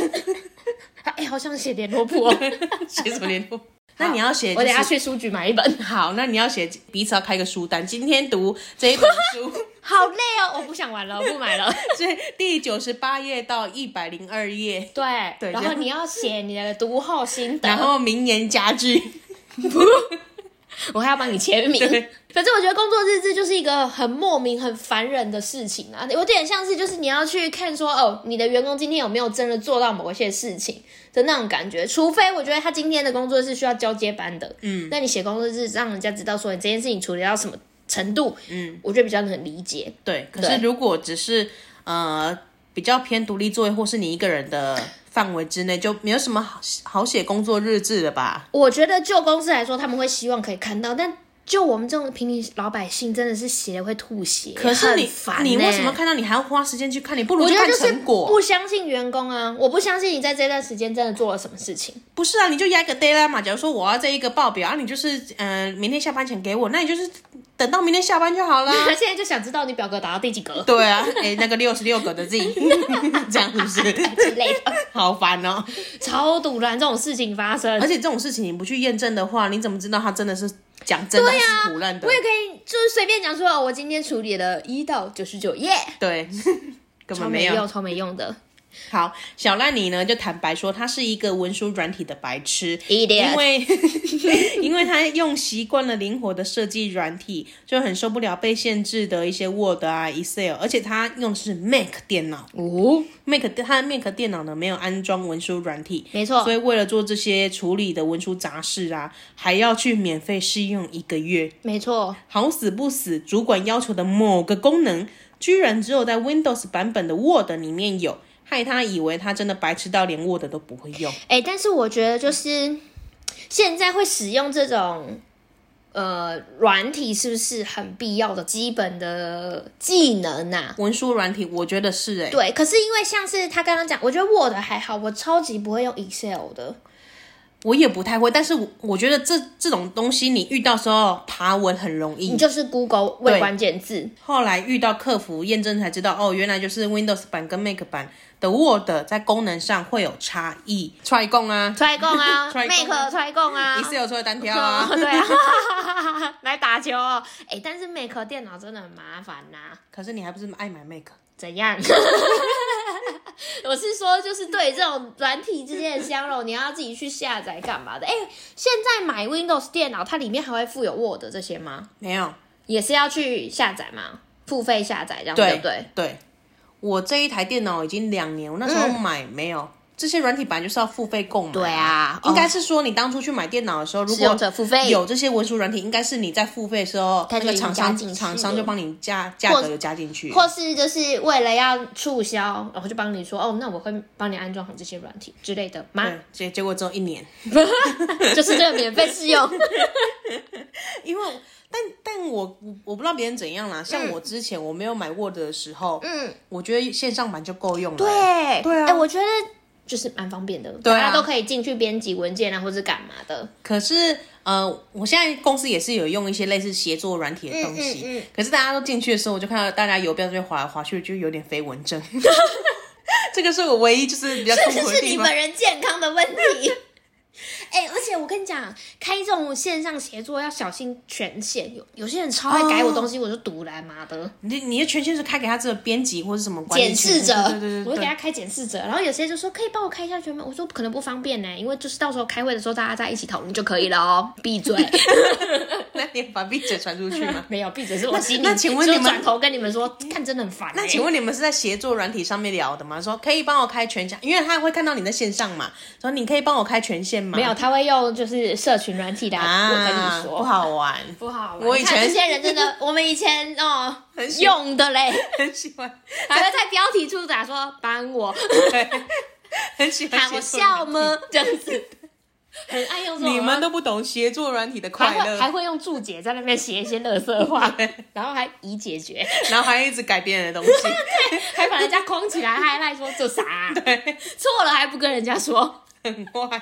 C: 哎、好想写联 络簿、哦，
B: 写什么联络？那你要写、
A: 我等下去书局买一本。
B: 好，那你要写彼此要开个书单，今天读这一本 书，
A: 好累哦，我不想玩了，我不买 了。
B: 这第九十八页到一百零二页，
A: 对，
B: 对
A: 然
B: 这
A: 后
B: 样
A: 你要写你的读后心得，
B: 然后名言佳 句，
A: 我还要帮你签名。
B: 对
C: 反正我觉得工作日志就是一个很莫名、很烦人的事情啊，有点像是就是你要去看说哦，你的员工今天有没有真的做到某一些事情的那种感觉。除非我觉得他今天的工作是需要交接班的，嗯，那你写工作日志让人家知道说哎你这件事情处理到什么程度，嗯，我觉得比较能理解。
B: 对。可是如果只是呃比较偏独立作业，或是你一个人的范围之内，就没有什么好好写工作日志了吧？
C: 我觉得就公司来说，他们会希望可以看到，但就我们这种平民老百姓，真的是写了会吐血，
B: 可是你、
C: 很烦
B: 你
C: 欸
B: 为什么看到你还要花时间去看？你不如
C: 我
B: 就
C: 觉得
B: 看
C: 就是
B: 成果。
C: 不相信员工啊！我不相信你在这段时间真的做了什么事情。
B: 不是啊，你就压个 d a y l i 嘛。假如说我要这一个报表，啊，你就是嗯、呃明天下班前给我，那你就是等到明天下班就 好啦。
A: 他现在就想知道你表格打到第几格
B: 对啊，哎、那个六十六个的 Z，这 样是不是？
C: 之类的，
B: 好烦哦！
A: 超堵然这种事情发生
B: 而。且这种事情你不去验证的话，你怎么知道他真的是讲真的还是胡乱的？
C: 啊我也可以就是随便讲说，哦我今天处理了一到九十九页，
B: 对，根
C: 超
B: 本
C: 没
B: 有。
C: 用，超没用的。
B: 好，小烂泥呢就坦白说，他是一个文书软体的白痴，因
C: idiot，
B: 为因为 他用习惯了灵活的设计软体，就很受不了被限制的一些 Word 啊、Excel，而且他用的是 Mac 电脑
A: 哦，
B: ，Mac 他的 Mac 电脑呢没有安装文书软体，
C: 没错
B: 所以为了做这些处理的文书杂事啊，还要去免费试用一个月。
C: 没错，
B: 好死不死，主管要求的某个功能，居然只有在 Windows 版本的 Word 里面有，害他以为他真的白痴到连 Word 都不会用。
C: 哎、但是我觉得就是现在会使用这种
A: 呃，软体是不是很必要的基本的技能啊？
B: 文书软体，我觉得是哎、
A: 对，可是因为像是他刚刚讲，我觉得 Word 还好，我超级不会用 Excel 的。
B: 我也不太会，但是我我觉得这这种东西你遇到时候爬文很容易
A: 你。就是 Google 问
B: 对
A: 关键字，
B: 后来遇到客服验证才知道，哦，原来就是 Windows 版跟 Mac 版的 Word 在功能上会有差异。try 共啊
A: 出来供 啊
B: 出来供啊
A: ，Make 出来供啊。
B: ，Excel 出来单挑啊
A: 哦， 对啊， 来打球哦。哎、但是 Mac 电脑真的很麻烦呐、
B: 可是你还不是爱买 Mac？
A: 怎样？ 我是说，就是对这种软体之间的相容，你要自己去下载干嘛的？哎、现在买 Windows 电脑，它里面还会附有 Word 这些吗？
B: 没有，
A: 也是要去下载吗？付费下载这样对
B: 对
A: 不对？
B: 对，我这一台电脑已经两年，我那时候买、没有这些软体版就是要付费购
A: 嗯
B: 买。
A: 对啊
B: 应该是说你当初去买电脑的时候，如
A: 使用
B: 果
A: 者付费
B: 有这些文书软体，应该是你在付费的时候，
A: 它
B: 那
A: 就
B: 个
A: 已经
B: 厂
A: 加
B: 商
A: 进去
B: 厂商
A: 了
B: 就帮你加价
A: 或
B: 格有加进去。
A: 或是就是为了要促 销，然后就帮你说哦，那我会帮你安装好这些软体之类的吗？
B: 对，结结果只有一年，
A: 就是这个免费试 用，
B: 因为但但我我我不知道别人怎样啦。像我之前我没有买 Word 的时候，
C: 嗯，
B: 我觉得线上版就够用了。
C: 对
B: 对啊
C: 哎、我觉得
A: 就是蛮方便的，
B: 对啊
A: 大家都可以进去编辑文件啊，或者干嘛的。
B: 可是呃，我现在公司也是有用一些类似协作软体的东西，
C: 嗯嗯嗯
B: 可是大家都进去的时候，我就看到大家游标就会划来划去，就有点飞蚊 症。这个是我唯一就是比较痛
C: 这
B: 苦的
C: 是你
B: 地方
C: 本。人健康的问题。
A: 哎、而且我跟你讲，开这种线上协作要小心权限，有有些人超爱改我东西，我就堵来妈的
B: 你你的权限是开给他这个编辑或是什么管理
A: 检
B: 权
A: 视者，
B: 对对对
A: 我
B: 对
A: 会给他
B: 对。
A: 开检视者。然后有些就说可以帮我开一下权吗？我说可能不方便呢、因为就是到时候开会的时候大家在一起讨论就可以了哦。闭 嘴，？
B: 那你把 B 姐传出去吗
A: 没有闭嘴是我心里。
B: 那请问
A: 就
B: 你们
A: 转头跟你们说，看真的很烦、欸。
B: 那请问你们是在协作软体上面聊的吗？说可以帮我开权限，因为他会看到你在线上嘛，说你可以帮我开权限吗？
A: 没有，他会用就是社群软体的、
B: 啊，
A: 我跟你说
B: 不好玩，
A: 不好玩。啊
B: 我以
A: 看
B: 前
A: 这些人真 的，我们以前哦
B: 很喜欢
A: 用的嘞，
B: 很喜欢，
A: 还会在标题处打说帮 我。
B: 对，很喜欢
A: 喊我
B: 协作
A: 笑哦
B: 软体
A: 吗？这样 子，很爱用这种啊。
B: 你们都不懂协作软体的
A: 还
B: 快
A: 会还
B: 乐，
A: 会用注解在那边写一些乐色话，然后还已解决，
B: 然后还一直改别人的东西。
A: 还把人家框 起来，还赖说这啥啊、
B: 对，
A: 错了还不跟人家说。
B: 很坏。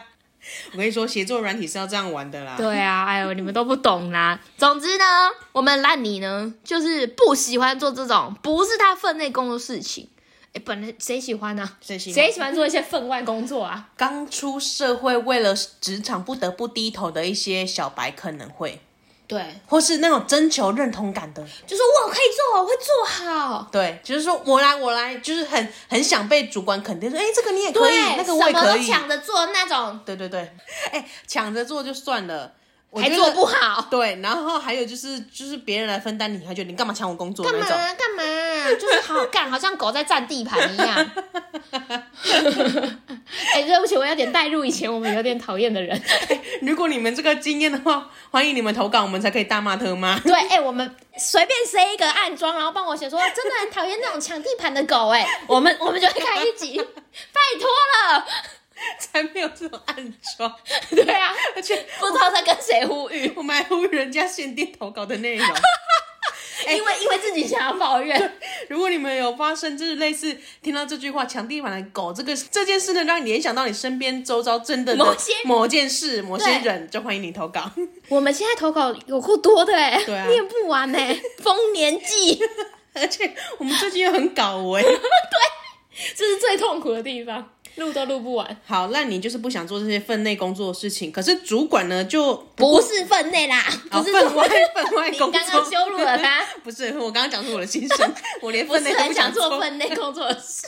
B: 我跟你说，协作软体是要这样玩的啦。
A: 对啊，哎呦，你们都不懂啦。 总之呢，我们烂泥呢，就是不喜欢做这种不是他分内工作的事情。哎，本来谁喜欢啊呢、
B: 谁喜欢
A: 谁喜欢做一些分外工作啊？
B: 刚出社会，为了职场不得不低头的一些小白可能会，
A: 对，
B: 或是那种征求认同感的，
A: 就说我可以做，我会做好。
B: 对，就是说我来我来，就是很很想被主管肯定说，哎，这个你也可以，
A: 对
B: 那个我
A: 什
B: 也
A: 么
B: 可
A: 都
B: 以，
A: 抢着做那种，
B: 对对对，哎，抢着做就算了，我
A: 还
B: 觉
A: 做
B: 得
A: 不好。
B: 对，然后还有就是就是别人来分担你，还觉得你干嘛抢我工作
A: 干
B: 那
A: 嘛
B: 种，
A: 干嘛？就是 好干，好像狗在占地盘一 样。哎、对不起，我有点带入以前我们有点讨厌的人。
B: 如果你们这个经验的话，欢迎你们投稿，我们才可以大骂特骂。
A: 对，哎、我们随便塞一个暗装，然后帮我写说，真的很讨厌那种抢地盘的狗、哎，我们我们就会开一集，拜托了。
B: 才没有这种暗装，
A: 对啊，
B: 而且
A: 不知道在跟谁呼吁，
B: 我们还 呼吁人家限定投稿的内容。
A: 因为因为自己想要抱怨，
B: 如果你们有发生就是类似听到这句话“抢地盘的狗”这个这件事呢，让你联想到你身边周遭真的的
A: 某些人
B: 某件事、某些人，就欢迎你投稿。
A: 我们现在投稿有够多的、哎，
B: 对啊
A: 念不完哎、丰年祭，
B: 而且我们最近又很搞哎，
A: 这是最痛苦的地方，录都录不完。
B: 好，那你就是不想做这些分内工作的事情，可是主管呢就
A: 不是分内啦，
B: 哦
A: 不是
B: 分外
A: 说
B: 分外
A: 你
B: 工作，
A: 刚刚羞辱了他，
B: 不是，我刚刚讲出我的心声，我连
A: 不
B: 分内
A: 是
B: 都
A: 很
B: 想
A: 想做
B: 做
A: 分内工作的事。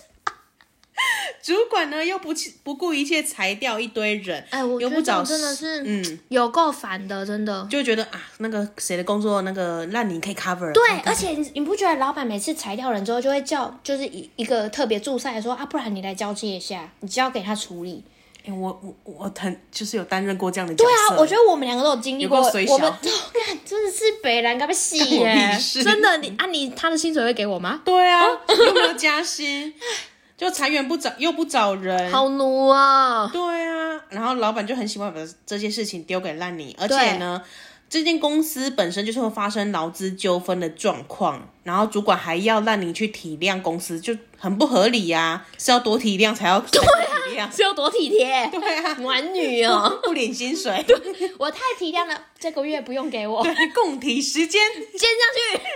B: 主管呢又不弃不顾一切裁掉一堆人，
C: 哎，我
B: 又
C: 觉
B: 不
C: 得这
B: 找
C: 种真的
B: 事
C: 是
B: 嗯，
C: 有够烦的，真的。
B: 就会觉得啊，那个谁的工作那个让你可以 cover，
C: 对，
B: 看
C: 而且你你不觉得老板每次裁掉人之后，就会叫就是一一个特别驻赛说啊，不然你来交接一下，你交给他处理。
B: 欸我我我很就是有担任过这样的角
C: 对
B: 色，
C: 啊，我觉得我们两个都有经历过，
B: 有够
C: 我
B: 水
C: 们
B: 小
C: 我 们干真的是北兰该被洗
B: 干我
C: 耶
B: 屁，事
C: 真的你啊你他的薪水会给我吗？
B: 对 啊，又没有加薪， 就裁员不找又不找人，
C: 好奴啊！
B: 对啊，然后老板就很喜欢把这些事情丢给烂泥，而且呢，这间公司本身就是会发生劳资纠纷的状况，然后主管还要烂泥去体谅公司，就很不合理呀、是要多体谅才要对体谅，
C: 是有多体贴，
B: 对啊，
C: 暖女哦！
B: 不领薪水，
C: 我太体谅了，这个月不用给我，
B: 对，共体时间。
C: 肩上去，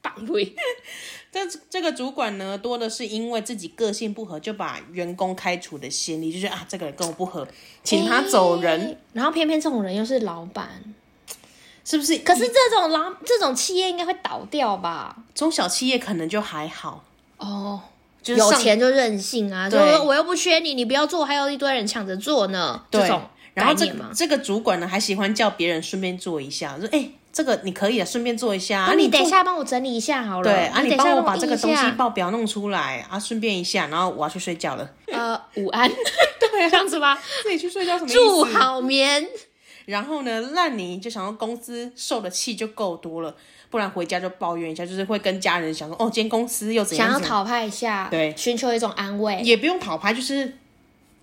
C: 绑腿。
B: 这这个主管呢，多的是因为自己个性不合，就把员工开除的先例，就是啊，这个人跟我不合，请他走人，
C: 哎然后偏偏这种人又是老板，
B: 是不是？
C: 可是这种老这种企业应该会倒掉吧？
B: 中小企业可能就还好，
C: 哦，
B: 就是
C: 有
B: 上
C: 钱就任性啊！就
B: 对
C: 是我又不缺你，你不要做，还有一堆人抢着做呢。这
B: 对
C: 种，
B: 然后
C: 概
B: 这
C: 念嘛
B: 这个主管呢，还喜欢叫别人顺便做一下，说哎、这个你可以啊，顺便做一下，啊
C: 啊，你
B: 做
C: 等一。下帮我整理一下好了。
B: 对啊，
C: 你
B: 你
C: 等一下
B: 帮我
C: 帮
B: 把这个东
C: 印
B: 西
C: 一下
B: 报表弄出来啊，顺便一下，然后我要去睡觉了。
C: 呃午安， 对、啊这样子吧。
B: 自己去睡觉什么意
C: 祝
B: 思？
C: 好眠，
B: 然后呢，烂泥就想要公司受的气就够多了，不然回家就抱怨一下，就是会跟家人想说，哦，今天公司又怎样
C: 想要
B: 怎样
C: 讨拍一下，
B: 对
C: 寻求一种安慰。
B: 也不用讨拍，就是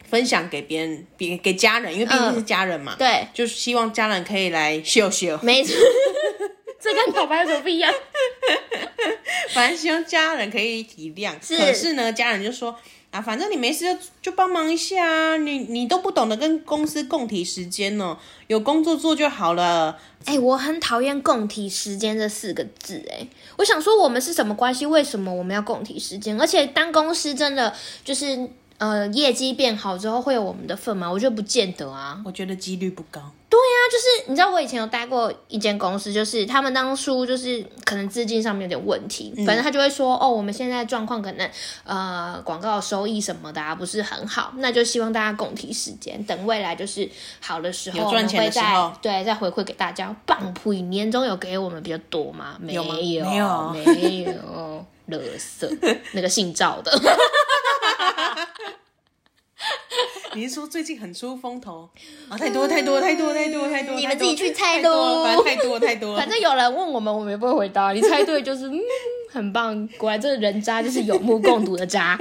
B: 分享给别人，别给家人，因为毕竟是家人嘛，
C: 对，
B: 就是希望家人可以来秀秀，
C: 没错，这跟讨拍有什么不一样？
B: 反正希望家人可以体谅。
C: 是
B: 可是呢，家人就说啊，反正你没事就就帮忙一下啊，你你都不懂得跟公司共体时间哦，有工作做就好了。
C: 哎、我很讨厌“共体时间”这四个字、哎，我想说我们是什么关系？为什么我们要共体时间？而且当公司真的就是呃业绩变好之后会有我们的份吗？我觉得不见得啊。
B: 我觉得几率不高。
C: 就是你知道，我以前有待过一间公司，就是他们当初就是可能资金上面有点问题，
B: 嗯
C: 反正他就会说，哦，我们现在状况可能呃广告收益什么的啊不是很好，那就希望大家共体时间，等未来就是好的时候，
B: 有赚钱的时候
C: 我们会再对再回馈给大家。棒普年终有给我们比较多吗？没有，
B: 吗
C: 没有，
B: 没有
C: 乐色那个姓赵的，
B: 你是说最近很出风头啊？太多太多太多太多太多，
D: 你们自己去猜
B: 太多，
D: 喽
B: 反正太多太多。
C: 反正有人问我们，我们也不会回答。你猜对就是嗯，很棒。果然这个人渣就是有目共睹的渣。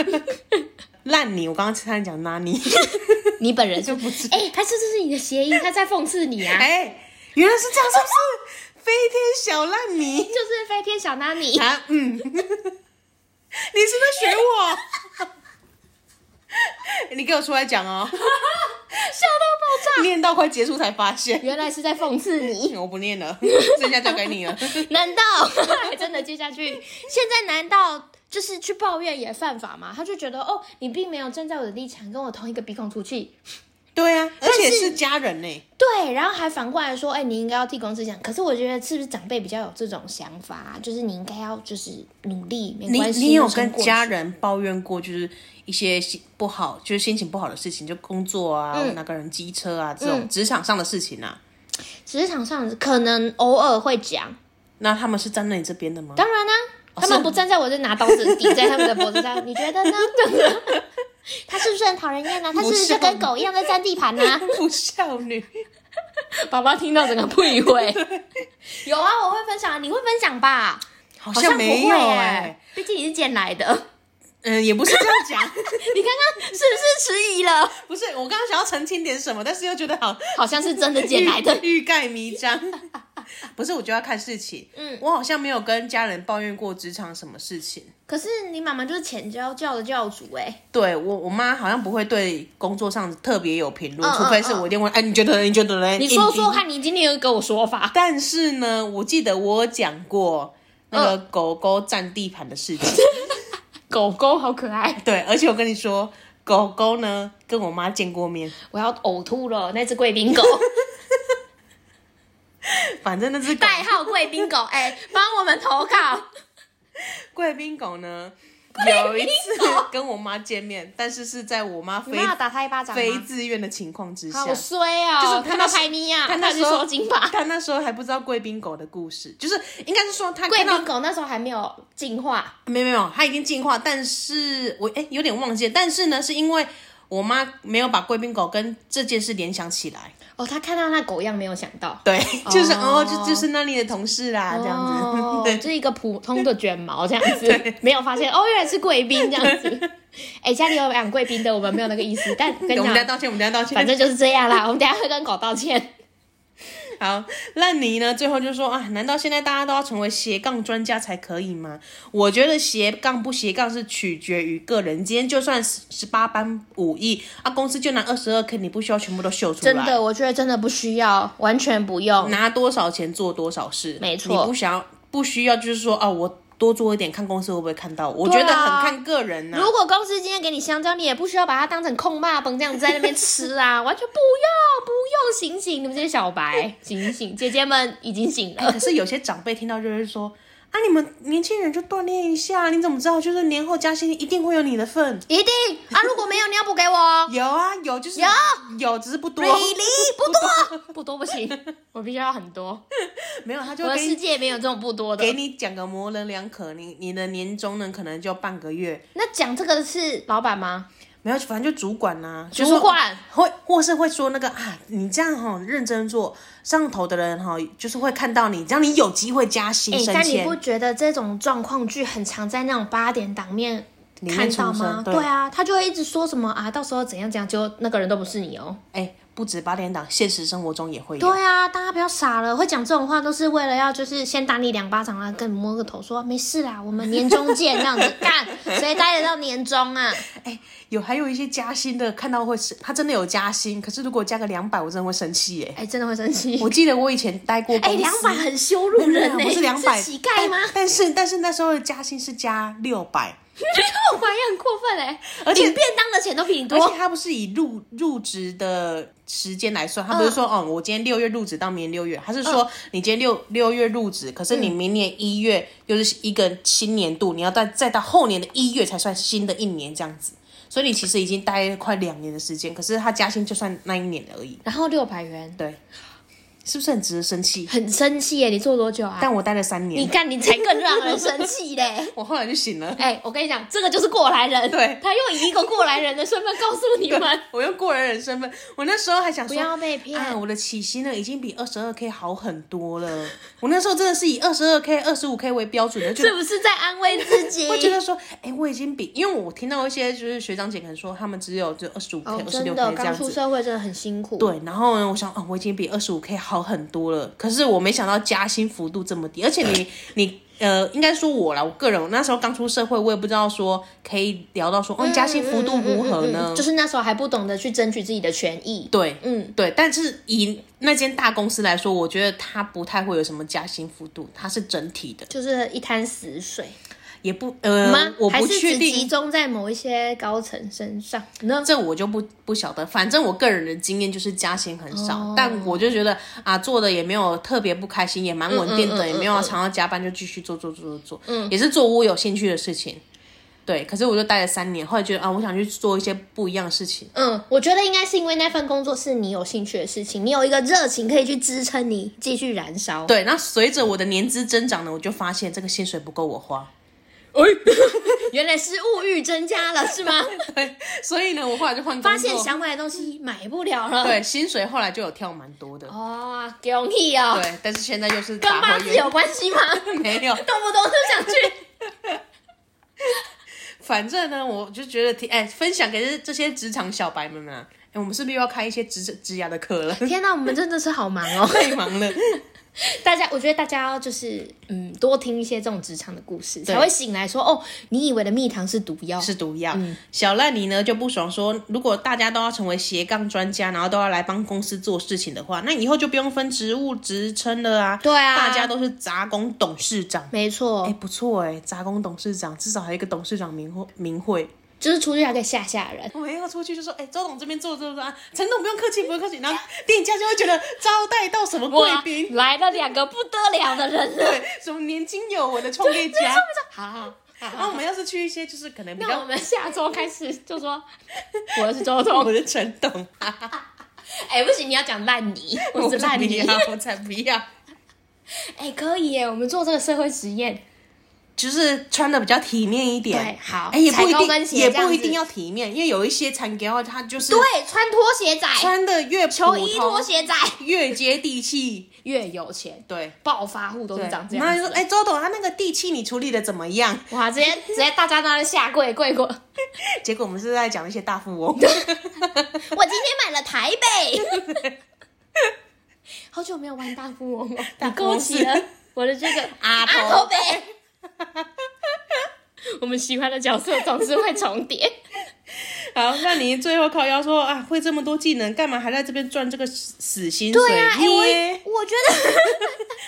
B: 烂泥，我刚刚差点讲拉你，
C: 你本人
B: 就不知
C: 哎、他是这是你的谐音，他在讽刺 你啊，
B: 哎、原来是这样，是不是？飞天小烂泥
C: 就是飞天小纳尼。
B: 啊，嗯，你是不是学我？你给我出来讲哦，笑到爆炸，念到快结束才发现，
C: 原来是在讽刺 你，
B: 我不念了，剩下交给你了。
C: 难道 真的接下去？现在难道就是去抱怨也犯法吗？他就觉得哦，你并没有站在我的立场，跟我同一个鼻孔出气。
B: 对啊，而
C: 但是
B: 且是家人呢、
C: 对，然后还反过来说，哎、你应该要替公司想。可是我觉得是不是长辈比较有这种想法、啊就是你应该要就是努力，没
B: 你
C: 关系，
B: 你有
C: 人生
B: 跟
C: 过去
B: 家人抱怨过，就是一些心不好，就是心情不好的事情，就工作啊，哪个人机车啊，这种职场上的事情啊。
C: 职场上可能偶尔会讲，
B: 那他们是站在你这边的吗？
C: 当然啦、啊
B: 哦
C: 他们不站在我这拿刀子抵在他们的脖子上，你觉 得呢？
D: 他是不是很讨人厌
C: 啊
D: 呢、他是
B: 不
D: 不
B: 是
D: 是就跟狗一样在占地盘呢、
B: 不孝女，
C: 宝宝听到整个不以为。有啊，我会分享，你会分享吧？
B: 好
C: 好像
B: 像没
C: 不
B: 有
C: 会
B: 哎、
C: 欸毕竟你是捡来的，
B: 嗯，也不是这样讲，
C: 你刚刚是不是迟疑了？
B: 不是我刚刚想要澄清点什么，但是又觉得好
C: 好像是真的捡来的。
B: 欲盖弥彰。 不是，我就要看事情。嗯，我好像没有跟家人抱怨过职场什么事情。
C: 可是你妈妈就是浅教教的教主哎、
A: 欸
B: 对我，我妈好像不会对工作上特别有评论，
C: 嗯
B: 除非是我一定问，哎、你觉得嘞？你觉得嘞？
C: 你说说
B: 嗯
C: 看，你今天有给我说法。
B: 但是呢，我记得我有讲过那个狗狗占地盘的事情。
C: 狗狗好可爱，
B: 对，而且我跟你说，狗狗呢跟我妈见过面，
C: 我要呕吐了。那只贵宾狗，
B: 反正那只狗
C: 代号贵宾狗，哎、帮我们投稿。
B: 贵宾狗呢，有一次跟我妈见面，但是是在我妈
A: 你
B: 非
A: 妈有打他一巴掌
B: 非
A: 吗？
B: 自愿的情况之下
A: 好，衰哦！
B: 啊就是他
A: 看
B: 那
A: 到
B: 时
A: 排你呀，
B: 他那
A: 去
B: 时候
A: 收金吧。
B: 他那时候还不知道贵宾狗的故事，就是应该是说他
A: 贵
B: 看到
A: 宾狗那时候还没有进化，
B: 没有没有，它已经进化，但是我哎、有点忘记了，但是呢，是因为我妈没有把贵宾狗跟这件事联想起来，
A: 哦，他看到那狗样没有想到，
B: 对， 就是哦
A: 哦
B: 就就是那里的同事啦，这样子，
A: 哦
B: 对
A: 就是一个普通的卷毛这样子，没有发现哦，原来是贵宾这样子。 哎、家里有养贵宾的，我们没有那个意思，但跟你
B: 对我们家
A: 讲，
B: 道歉，我们家道
A: 反
B: 歉。
A: 正就是这样啦。我们等一下会跟狗道歉。
B: 好，烂泥呢，最后就说啊，难道现在大家都要成为斜杠专家才可以吗？我觉得斜杠不斜杠是取决于个人。今天就算十八般武艺啊，公司就拿二十二 k，你不需要全部都秀出来。
A: 真的，我觉得真的不需要，完全不用。
B: 拿多少钱做多少事，
A: 没错
B: 你不想要不需要就是说哦，我多做一点，看公司会不会看到我，我觉
A: 对啊
B: 得很看个人啊呐、
A: 如果公司今天给你香蕉，你也不需要把它当成控骂崩这样子在那边吃啊，完全不用，不用，醒醒！你们这些小白，醒醒！姐姐们已经醒了
B: 可。是有些长辈听到就会说。啊！你们年轻人就锻炼一下，你怎么知道？就是年后加薪一定会有你的份。
A: 一定啊！如果没有，你要补给我哦。
B: 有啊，有就是
A: 有
B: 有，只是不多。
A: Really 不多，不多不行，我必须要很多。
B: 没有，他就
A: 我
B: 会
A: 的
B: 给
A: 世
B: 你
A: 界没有这种不多
B: 给
A: 的。
B: 你讲个模棱两可，你你的年终呢可能就半个月，
A: 那讲这个是老板吗？
B: 没有，反正就主管呐、就说
A: 主管
B: 会或是会说那个啊，你这样哈、认真做，上头的人哈、就是会看到你，这样你有机会加薪
A: 哎、
B: 升
A: 但你
B: 迁。
A: 不觉得这种状况剧很常在那种八点档面
B: 里面
A: 看到
B: 出
A: 吗
B: 生？对
A: 对啊，他就会一直说什么啊，到时候怎样怎样，结果那个人都不是你哦。
B: 哎、不止八点档，现实生活中也会有。
A: 对啊，大家不要傻了，会讲这种话都是为了要就是先打你两巴掌啊，跟你摸个头说没事啦，我们年终见这样子 干，谁待得到年终啊？
B: 有还有一些加薪的，看到会是他真的有加薪，可是如果加个两百，我真的会生气耶。
A: 哎、真的会生气。
B: 我记得我以前待过公
A: 哎，
B: 司，
A: 两百很羞辱
B: 没有
A: 人
B: 没
A: 呢、
B: 有不是两百，
A: 乞丐吗？
B: 但但是但是那时候的加薪是加六百，
A: 我怀疑很过分哎、
B: 而且
A: 领便当的钱都比你
B: 而且
A: 多。
B: 他不是以入入职的时间来算，他
A: 嗯
B: 不是说、哦，我今天六月入职到明年六月，他是说、你今天六六月入职，可是你明年一月又是一个新年度，你要再再到后年的一月才算新的一年这样子。所以你其实已经待了快两年的时间，可是他加薪就算那一年而已，
A: 然后六百元，
B: 对，是不是很值得生气？
A: 很生气耶！你做多久啊？
B: 但我待了三
A: 你
B: 年，
A: 干，你才更让人生气 嘞！
B: 我后来就醒了。
A: 哎、我跟你讲，这个就是过来人，
B: 对
A: 他又以一个过来人的身份告诉你们，
B: 我用过来人身份，我那时候还想
A: 不
B: 说，
A: 要被骗。
B: 啊，我的起薪呢已经比二十二 k 好很多了。我那时候真的是以二十二 k、二十五 k 为标准的，就是
A: 不是在安慰自己？
B: 会觉得说，哎、我已经比，因为我听到一些就是学长姐可能说他们只有就二十五 k、
A: 哦，
B: 二十
A: 真
B: 六
A: 的，
B: k 这
A: 刚
B: 样
A: 出
B: 子。
A: 社会真的很辛苦。，
B: 对，然后呢，我想，哦，我已经比二十五 k 好很多了。可是我没想到加薪幅度这么低，而且你你呃，应该说我啦，我个人我那时候刚出社会，我也不知道说可以聊到说，哦，加薪幅度如何呢？
A: 就是那时候还不懂得去争取自己的权益。
B: 对，
A: 嗯，
B: 对，但是以那间大公司来说，我觉得它不太会有什么加薪幅度，它是整体的，
A: 就是一滩死水
B: 也不呃
A: 吗？，
B: 我
A: 还
B: 不
A: 是
B: 确
A: 只集
B: 定，
A: 中在某一些高层身上呢？
B: 这我就不不晓得。反正我个人的经验就是加薪很少，
A: 哦
B: 但我就觉得啊，做的也没有特别不开心，也蛮稳定的，
A: 嗯嗯嗯
B: 也没有常常加班，就继续做做做做做，也是做我有兴趣的事情。对，可是我就待了三年，后来觉得啊，我想去做一些不一样的事情。
A: 嗯，我觉得应该是因为那份工作是你有兴趣的事情，你有一个热情可以去支撑你继续燃烧。，
B: 对，那随着我的年资增长呢，我就发现这个薪水不够我花。
A: 原来是物欲增加了，是吗？
B: 对，所以呢，我后来就换工作，
A: 发现想买的东西买不了了。，
B: 对，薪水后来就有跳蛮多的，
A: 哦，恭喜哦，
B: 对，但是现在就是
A: 跟
B: 打
A: 八
B: 回
A: 字
B: 原
A: 有关 系吗？
B: 没有，
A: 动不动就想去。
B: 反正呢，我就觉得挺哎、分享给这这些职场小白们啊，哎、我们是不是又要开一些职职涯的课了？
A: 天哪、我们真的是好忙哦！
B: 太忙了，
A: 大家，我觉得大家要就是嗯，多听一些这种职场的故事，
B: 对
A: 才会醒来说哦，你以为的蜜糖是毒药，
B: 是毒药。小烂泥呢就不爽说，如果大家都要成为斜杠专家，然后都要来帮公司做事情的话，那以后就不用分职务职称了啊。
A: 对啊
B: 大家都是杂工董事长。
A: 没错，
B: 哎、不错哎、杂工董事长至少还有一个董事长名讳名讳。
A: 就是出去还可以吓吓人。
B: 我们要出去就说，哎、周董这边坐坐坐啊，陈董不用客气，不用客气。然后店家就会觉得招待到什么贵
A: 哇
B: 宾，
A: 来了两个不得了的人了，
B: 对，什么年轻有为的创业家，
A: 好好，
B: 那我们要是去一些就是可能比
C: 那我
B: 较
C: 们下周开始就说我是周
B: 我
C: 通，
B: 的陈董，
C: 哎、不行，你要讲烂泥，我是
B: 才
C: 烂
B: 不
C: 泥，
B: 要，我才不要，
C: 哎、可以耶，我们做这个社会实验，
B: 就是穿的比较体面一点
C: 对。好
B: 哎，也不一
C: 踩高跟
B: 定，
C: 鞋
B: 也
C: 这样
B: 不
C: 子
B: 一定要体面，因为有一些餐给它就是
C: 对， 穿拖鞋仔，
B: 穿的越
C: 球
B: 球
C: 衣拖鞋仔，
B: 越接地气，
C: 越有钱，
B: 对。
C: 暴发户都是
B: 对
C: 长这
B: 那
C: 样
B: 就
C: 子
B: 说，
C: 的。
B: 哎、周董，他那个地气你处理的怎么样？
C: 哇！直接直接大家都在下跪跪过，我
B: 结果我们是在讲一些大富翁，
A: 今天买了台北，
C: 好久没有玩 大富翁了，
B: 大
C: 你
B: 富翁
C: 勾起了我的这个阿
A: 阿头北，
C: 我们喜欢的角色总是会重叠。
B: 好，那你最后靠腰说啊，会这么多技能，干嘛还在这边赚这个死死薪水？
A: 对啊，哎、我
B: 捏
A: 我我觉得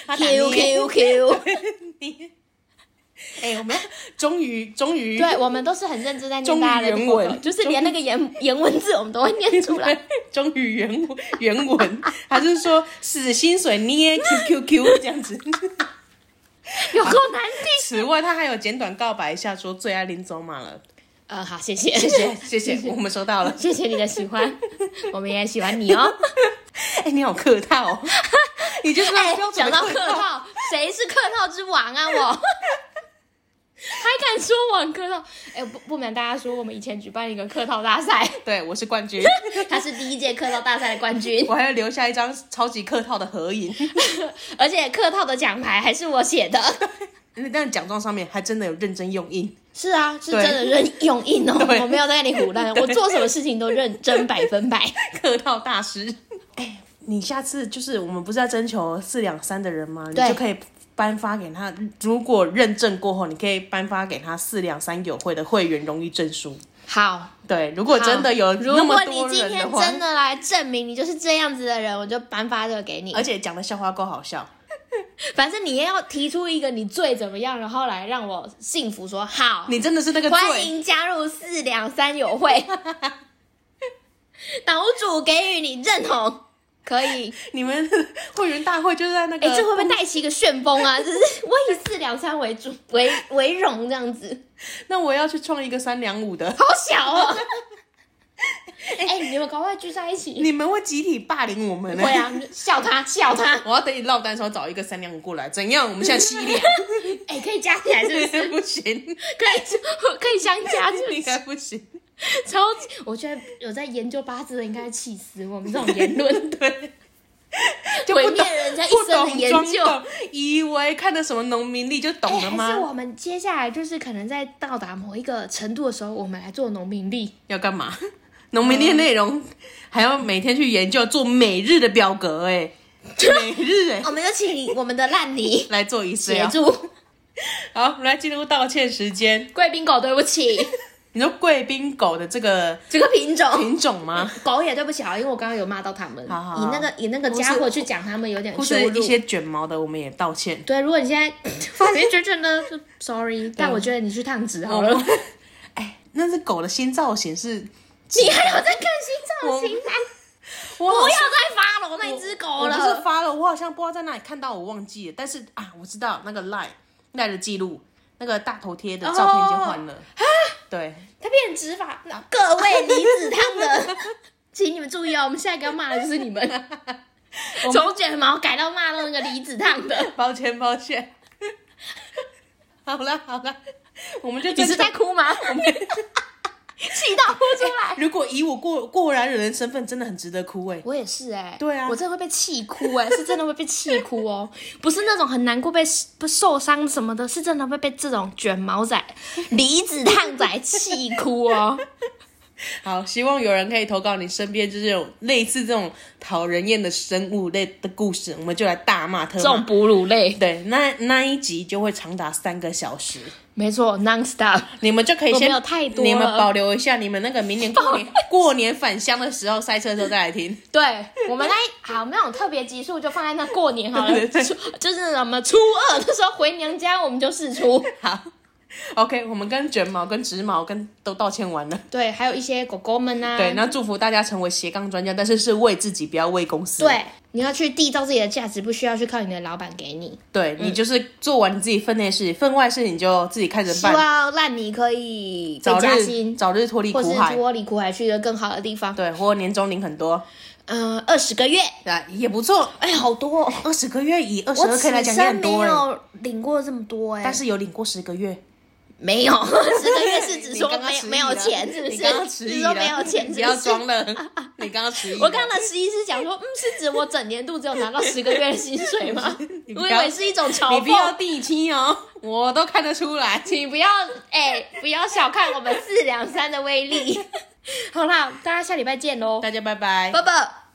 B: 他打捏
A: Q Q Q，
B: 捏哎、我们终于终于
C: 对，我们都是很认真在
B: 忠于
C: 念大家的
B: 原
C: 部分
B: 文
C: 就是 连那个颜颜文字我们都会念出来。
B: 终于原文原文，还是说死薪水捏 Q Q Q 这样子？
C: 有够难听。
B: 此外，他还有简短告白一下，说最爱林走马了。
C: 呃，好，谢谢，
B: 谢谢， 谢谢，我们收到了。
C: 谢谢你的喜欢，我们也喜欢你哦。
B: 哎、你好客套、 哦，你就是那种标准
C: 哎讲
B: 的
C: 到
B: 客
C: 客
B: 套。
C: 套，谁是客套之王啊？我还敢说我很客套？哎、不不瞒大家说，我们以前举办一个客套大赛，
B: 对，我是冠军，
C: 他是第一届客套大赛的冠军，
B: 我还要留下一张超级客套的合影。
C: 而且客套的奖牌还是我写的。
B: 那但奖状上面还真的有认真用印。
C: 是啊，是
B: 对
C: 真的认用印哦，
B: 对
C: 我没有在那里胡乱，我做什么事情都认 真百分百。
B: 客套大师。哎、你下次就是我们不是要征求四两三的人吗？你
C: 对
B: 就可以颁发给他。如果认证过后，你可以颁发给他四两三友会的会员荣誉证书。
C: 好，
B: 对，如果真的有
C: 如
B: 那
C: 果
B: 么
C: 你
B: 多
C: 今
B: 人
C: 天
B: 话，
C: 真的来证明你就是这样子的人，我就颁发这个给你。
B: 而且讲的笑话够好笑。
C: 反正你要提出一个你最怎么样，然后来让我幸福说好，
B: 你真的是那个
C: 欢
B: 最
C: 迎加入四两三友会， 岛主给予你认同，可 以。
B: 你们 会员大会就是在那个
C: 哎、这会不会带起一个旋风啊？就是 我以四两三为 主为为荣这样子，
B: 那我要去创一个三两五的，
C: 好小 哦。哎、你们赶快聚在一 起，
B: 你们会集体霸凌我们呢、
C: 会啊，笑他笑他，
B: 我要等你落单的时候找一个三两五过来，怎样？我们现在吸 两，
C: 哎、可以 加起来是不是？
B: 不行，
C: 可以可以相加是不
B: 应
C: 是？
B: 该不 行。
C: 超级， 我觉得有在研究八字的应该气死我们 这种言论，
B: 对，就不
C: 毁
B: 懂
C: 灭人家一
B: 不
C: 生的
B: 懂
C: 研
B: 装
C: 究。
B: 懂，以为看的什么农民历就
C: 哎，
B: 懂了
C: 还是
B: 吗？
C: 我们接下来就是可能在到达某一个程度的时候，我们来做农民历。
B: 要干嘛？农民历内容还要每天去研究，做每日的表格、哎，每日 哎、
C: 我们就请我们的烂 泥
B: 来做一次
C: 协
B: 啊。
C: 助
B: 好，我们来进入道歉时间。
C: 贵宾狗，对不 起，
B: 你说贵宾狗的这个
C: 这个品种
B: 品种吗？
C: 狗也对不起啊，因为我刚刚有骂到他们，
B: 好好好
C: 以那个以那个家伙去讲他们有点
B: 或
C: 羞
B: 是一。
C: 辱
B: 些卷毛的，我们也道歉。
C: 对，如果你现 在法律卷卷呢，就 sorry，但我觉得你去烫纸 好了。
B: 我哦 哎，那只狗的新造型是，
C: 你还有在看新造型啊吗？
B: 我
C: 不
B: 好
C: 要
B: 像
C: 再发了那一只狗
B: 我不是
C: 了。
B: 发了，我好像不知道在哪里看到，我忘记了。但是啊，我知道那个赖赖的记录，那个大头贴的照片已经换了。
C: 哦
B: 对，
C: 它变成执法，那各位离子烫的， 请你们注意哦，我们下一个要骂的就是你 们。从卷毛改到骂到那个离子烫的，
B: 抱歉抱歉。 好了好了，我们就
C: 你
B: 真
C: 是在哭吗？气到哭出来。
B: 如果以我过过来人的身份，真的很值得哭哎、
C: 我也是哎、
B: 对啊
C: 我真的会被气哭哎、是真的会被气哭哦，不是那种很难过被被受伤什么的，是真的会被这种卷毛仔、离子烫仔气哭哦。
B: 好，希望有人可以投稿你身边就是有类似这种讨人厌的生物类的故事，我们就来大骂特
C: 这
B: 骂
C: 种。哺乳类，
B: 对，那那一集就会长达三个小时。
C: 没错，non stop。
B: 你们就可以
C: 我
B: 先
C: 没有太多了
B: 你们保留一下，你们那个明年过年过年返乡的时候塞车的时候再来听。
C: 对，我们那一好那种特别集数就放在那过 年好了，
B: 对对对
C: 初 就是什么初二的时候回娘家我们就试出。
B: 好，OK，我们跟卷毛、跟直毛、跟都道歉完了。
C: 对，还有一些狗狗们啊，
B: 对，那祝福大家成为斜杠专家，但是是为自己，不要为公司。
C: 对，你要去缔造自己的价值，不需要去靠你的老板给你。
B: 对你就是做完你自己分内事，分外事你就自己看着
C: 希
B: 办，
C: 望烂泥可以被
B: 早
C: 加
B: 日
C: 薪，
B: 早日脱离
C: 或是
B: 苦海，
C: 脱离苦海去一个更好的地方。
B: 对，或年终领很多，
C: 嗯，二十个月，
B: 啊，也不错。
C: 哎，好多、哦。
B: 二十个月以二十
C: 我
B: 二 K 来讲
C: 此
B: 也
C: 生
B: 很
C: 没
B: 多了，
C: 有欸领过这么多哎、
B: 但是有领过十个月，
C: 没有十个月是指
B: 你
C: 说
B: 刚刚
C: 没有
B: 迟疑
C: 没有
B: 了
C: 钱，是不是？
B: 你刚刚迟
C: 是
B: 疑
C: 说
B: 了，
C: 没有 钱，
B: 不要
C: 是是
B: 装了，你刚刚迟疑了。
C: 我刚刚的十一是讲说，嗯，是指我整年度只有拿到十个月的薪 水吗？
B: 不
C: 我以
B: 要
C: 为是一种嘲
B: 你不要
C: 讽。
B: 第七哦，我都看得出来。
C: 你不要哎、不要小看 我们四两三的威力。好啦，大家下礼拜见喽，
B: 大家拜拜。
C: 拜拜。